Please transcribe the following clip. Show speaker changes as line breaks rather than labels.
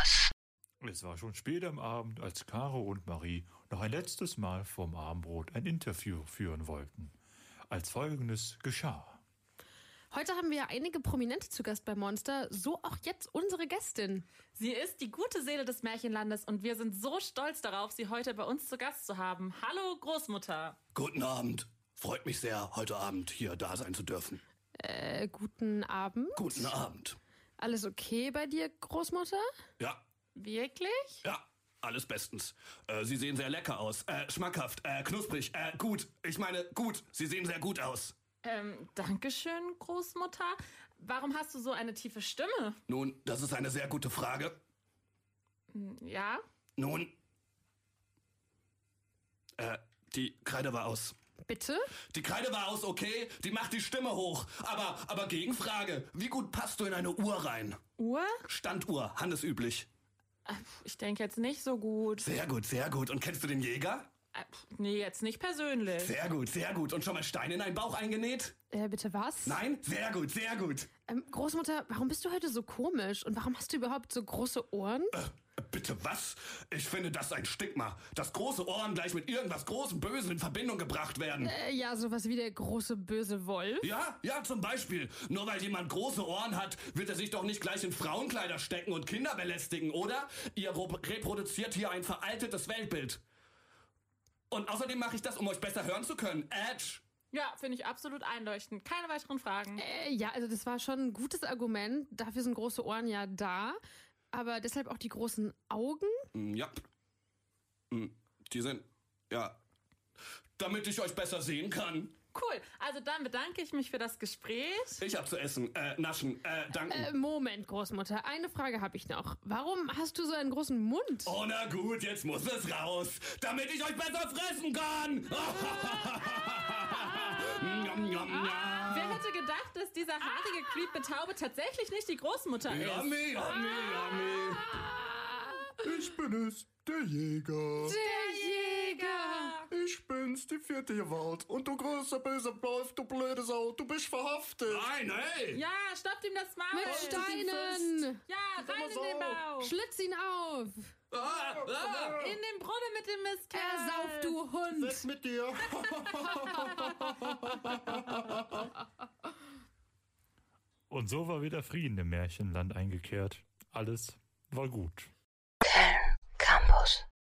aus.
Es war schon spät am Abend, als Caro und Marie noch ein letztes Mal vorm Abendbrot ein Interview führen wollten. Als folgendes geschah.
Heute haben wir einige Prominente zu Gast bei Monster, so auch jetzt unsere Gästin.
Sie ist die gute Seele des Märchenlandes und wir sind so stolz darauf, sie heute bei uns zu Gast zu haben. Hallo Großmutter.
Guten Abend. Freut mich sehr, heute Abend hier da sein zu dürfen.
Äh, guten Abend.
Guten Abend.
Alles okay bei dir, Großmutter?
Ja,
Wirklich?
ja, alles bestens. Äh, Sie sehen sehr lecker aus. Äh, schmackhaft, äh, knusprig, äh, gut. Ich meine, gut. Sie sehen sehr gut aus.
Ähm, Dankeschön, Großmutter. Warum hast du so eine tiefe Stimme?
Nun, das ist eine sehr gute Frage.
Ja?
Nun, äh, die Kreide war aus.
Bitte?
Die Kreide war aus, okay? Die macht die Stimme hoch. Aber, aber Gegenfrage. Wie gut passt du in eine Uhr rein?
Uhr?
Standuhr, handelsüblich.
Ich denke jetzt nicht so gut.
Sehr gut, sehr gut. Und kennst du den Jäger?
Äh, pf, Nee, jetzt nicht persönlich.
Sehr gut, sehr gut. Und schon mal Steine in einen Bauch eingenäht?
Äh, bitte was?
Nein? Sehr gut, sehr gut.
Ähm, Großmutter, warum bist du heute so komisch? Und warum hast du überhaupt so große Ohren?
Bitte was? Ich finde das ein Stigma, dass große Ohren gleich mit irgendwas großem Bösen in Verbindung gebracht werden.
Äh, ja, sowas wie der große böse Wolf.
Ja, ja, zum Beispiel. Nur weil jemand große Ohren hat, wird er sich doch nicht gleich in Frauenkleider stecken und Kinder belästigen, oder? Ihr ro- reproduziert hier ein veraltetes Weltbild. Und außerdem mache ich das, um euch besser hören zu können. Edge!
Ja, finde ich absolut einleuchtend. Keine weiteren Fragen.
Äh, ja, also das war schon ein gutes Argument. Dafür sind große Ohren ja da. Aber deshalb auch die großen Augen?
Mm, Ja. Mm, Die sind. Ja. Damit ich euch besser sehen kann.
Cool. Also dann bedanke ich mich für das Gespräch.
Ich hab zu essen, äh, naschen, äh, danken.
Äh, Moment, Großmutter, eine Frage habe ich noch. Warum hast du so einen großen Mund?
Oh, na gut, jetzt muss es raus, damit ich euch besser fressen kann. Njam, njam, njam.
Wer hätte gedacht, dass dieser haarige Creep mit Taube tatsächlich nicht die Großmutter ist?
Yummy, yummy, yummy.
Ah.
Ich bin es, der Jäger.
Der Jäger!
Ich bin's, die vierte Gewalt. Und du größer böser Wolf, du blöde Sau, du bist verhaftet.
Nein, hey.
Ja, stoppt ihm das Maul.
Mit Steinen!
Ja, rein in den
so.
Bauch.
Schlitz ihn auf!
Ah, ah.
In den Brunnen mit dem Mistkerl.
Ersauf, du Hund!
Was mit dir?
Und so war wieder Frieden im Märchenland eingekehrt. Alles war gut.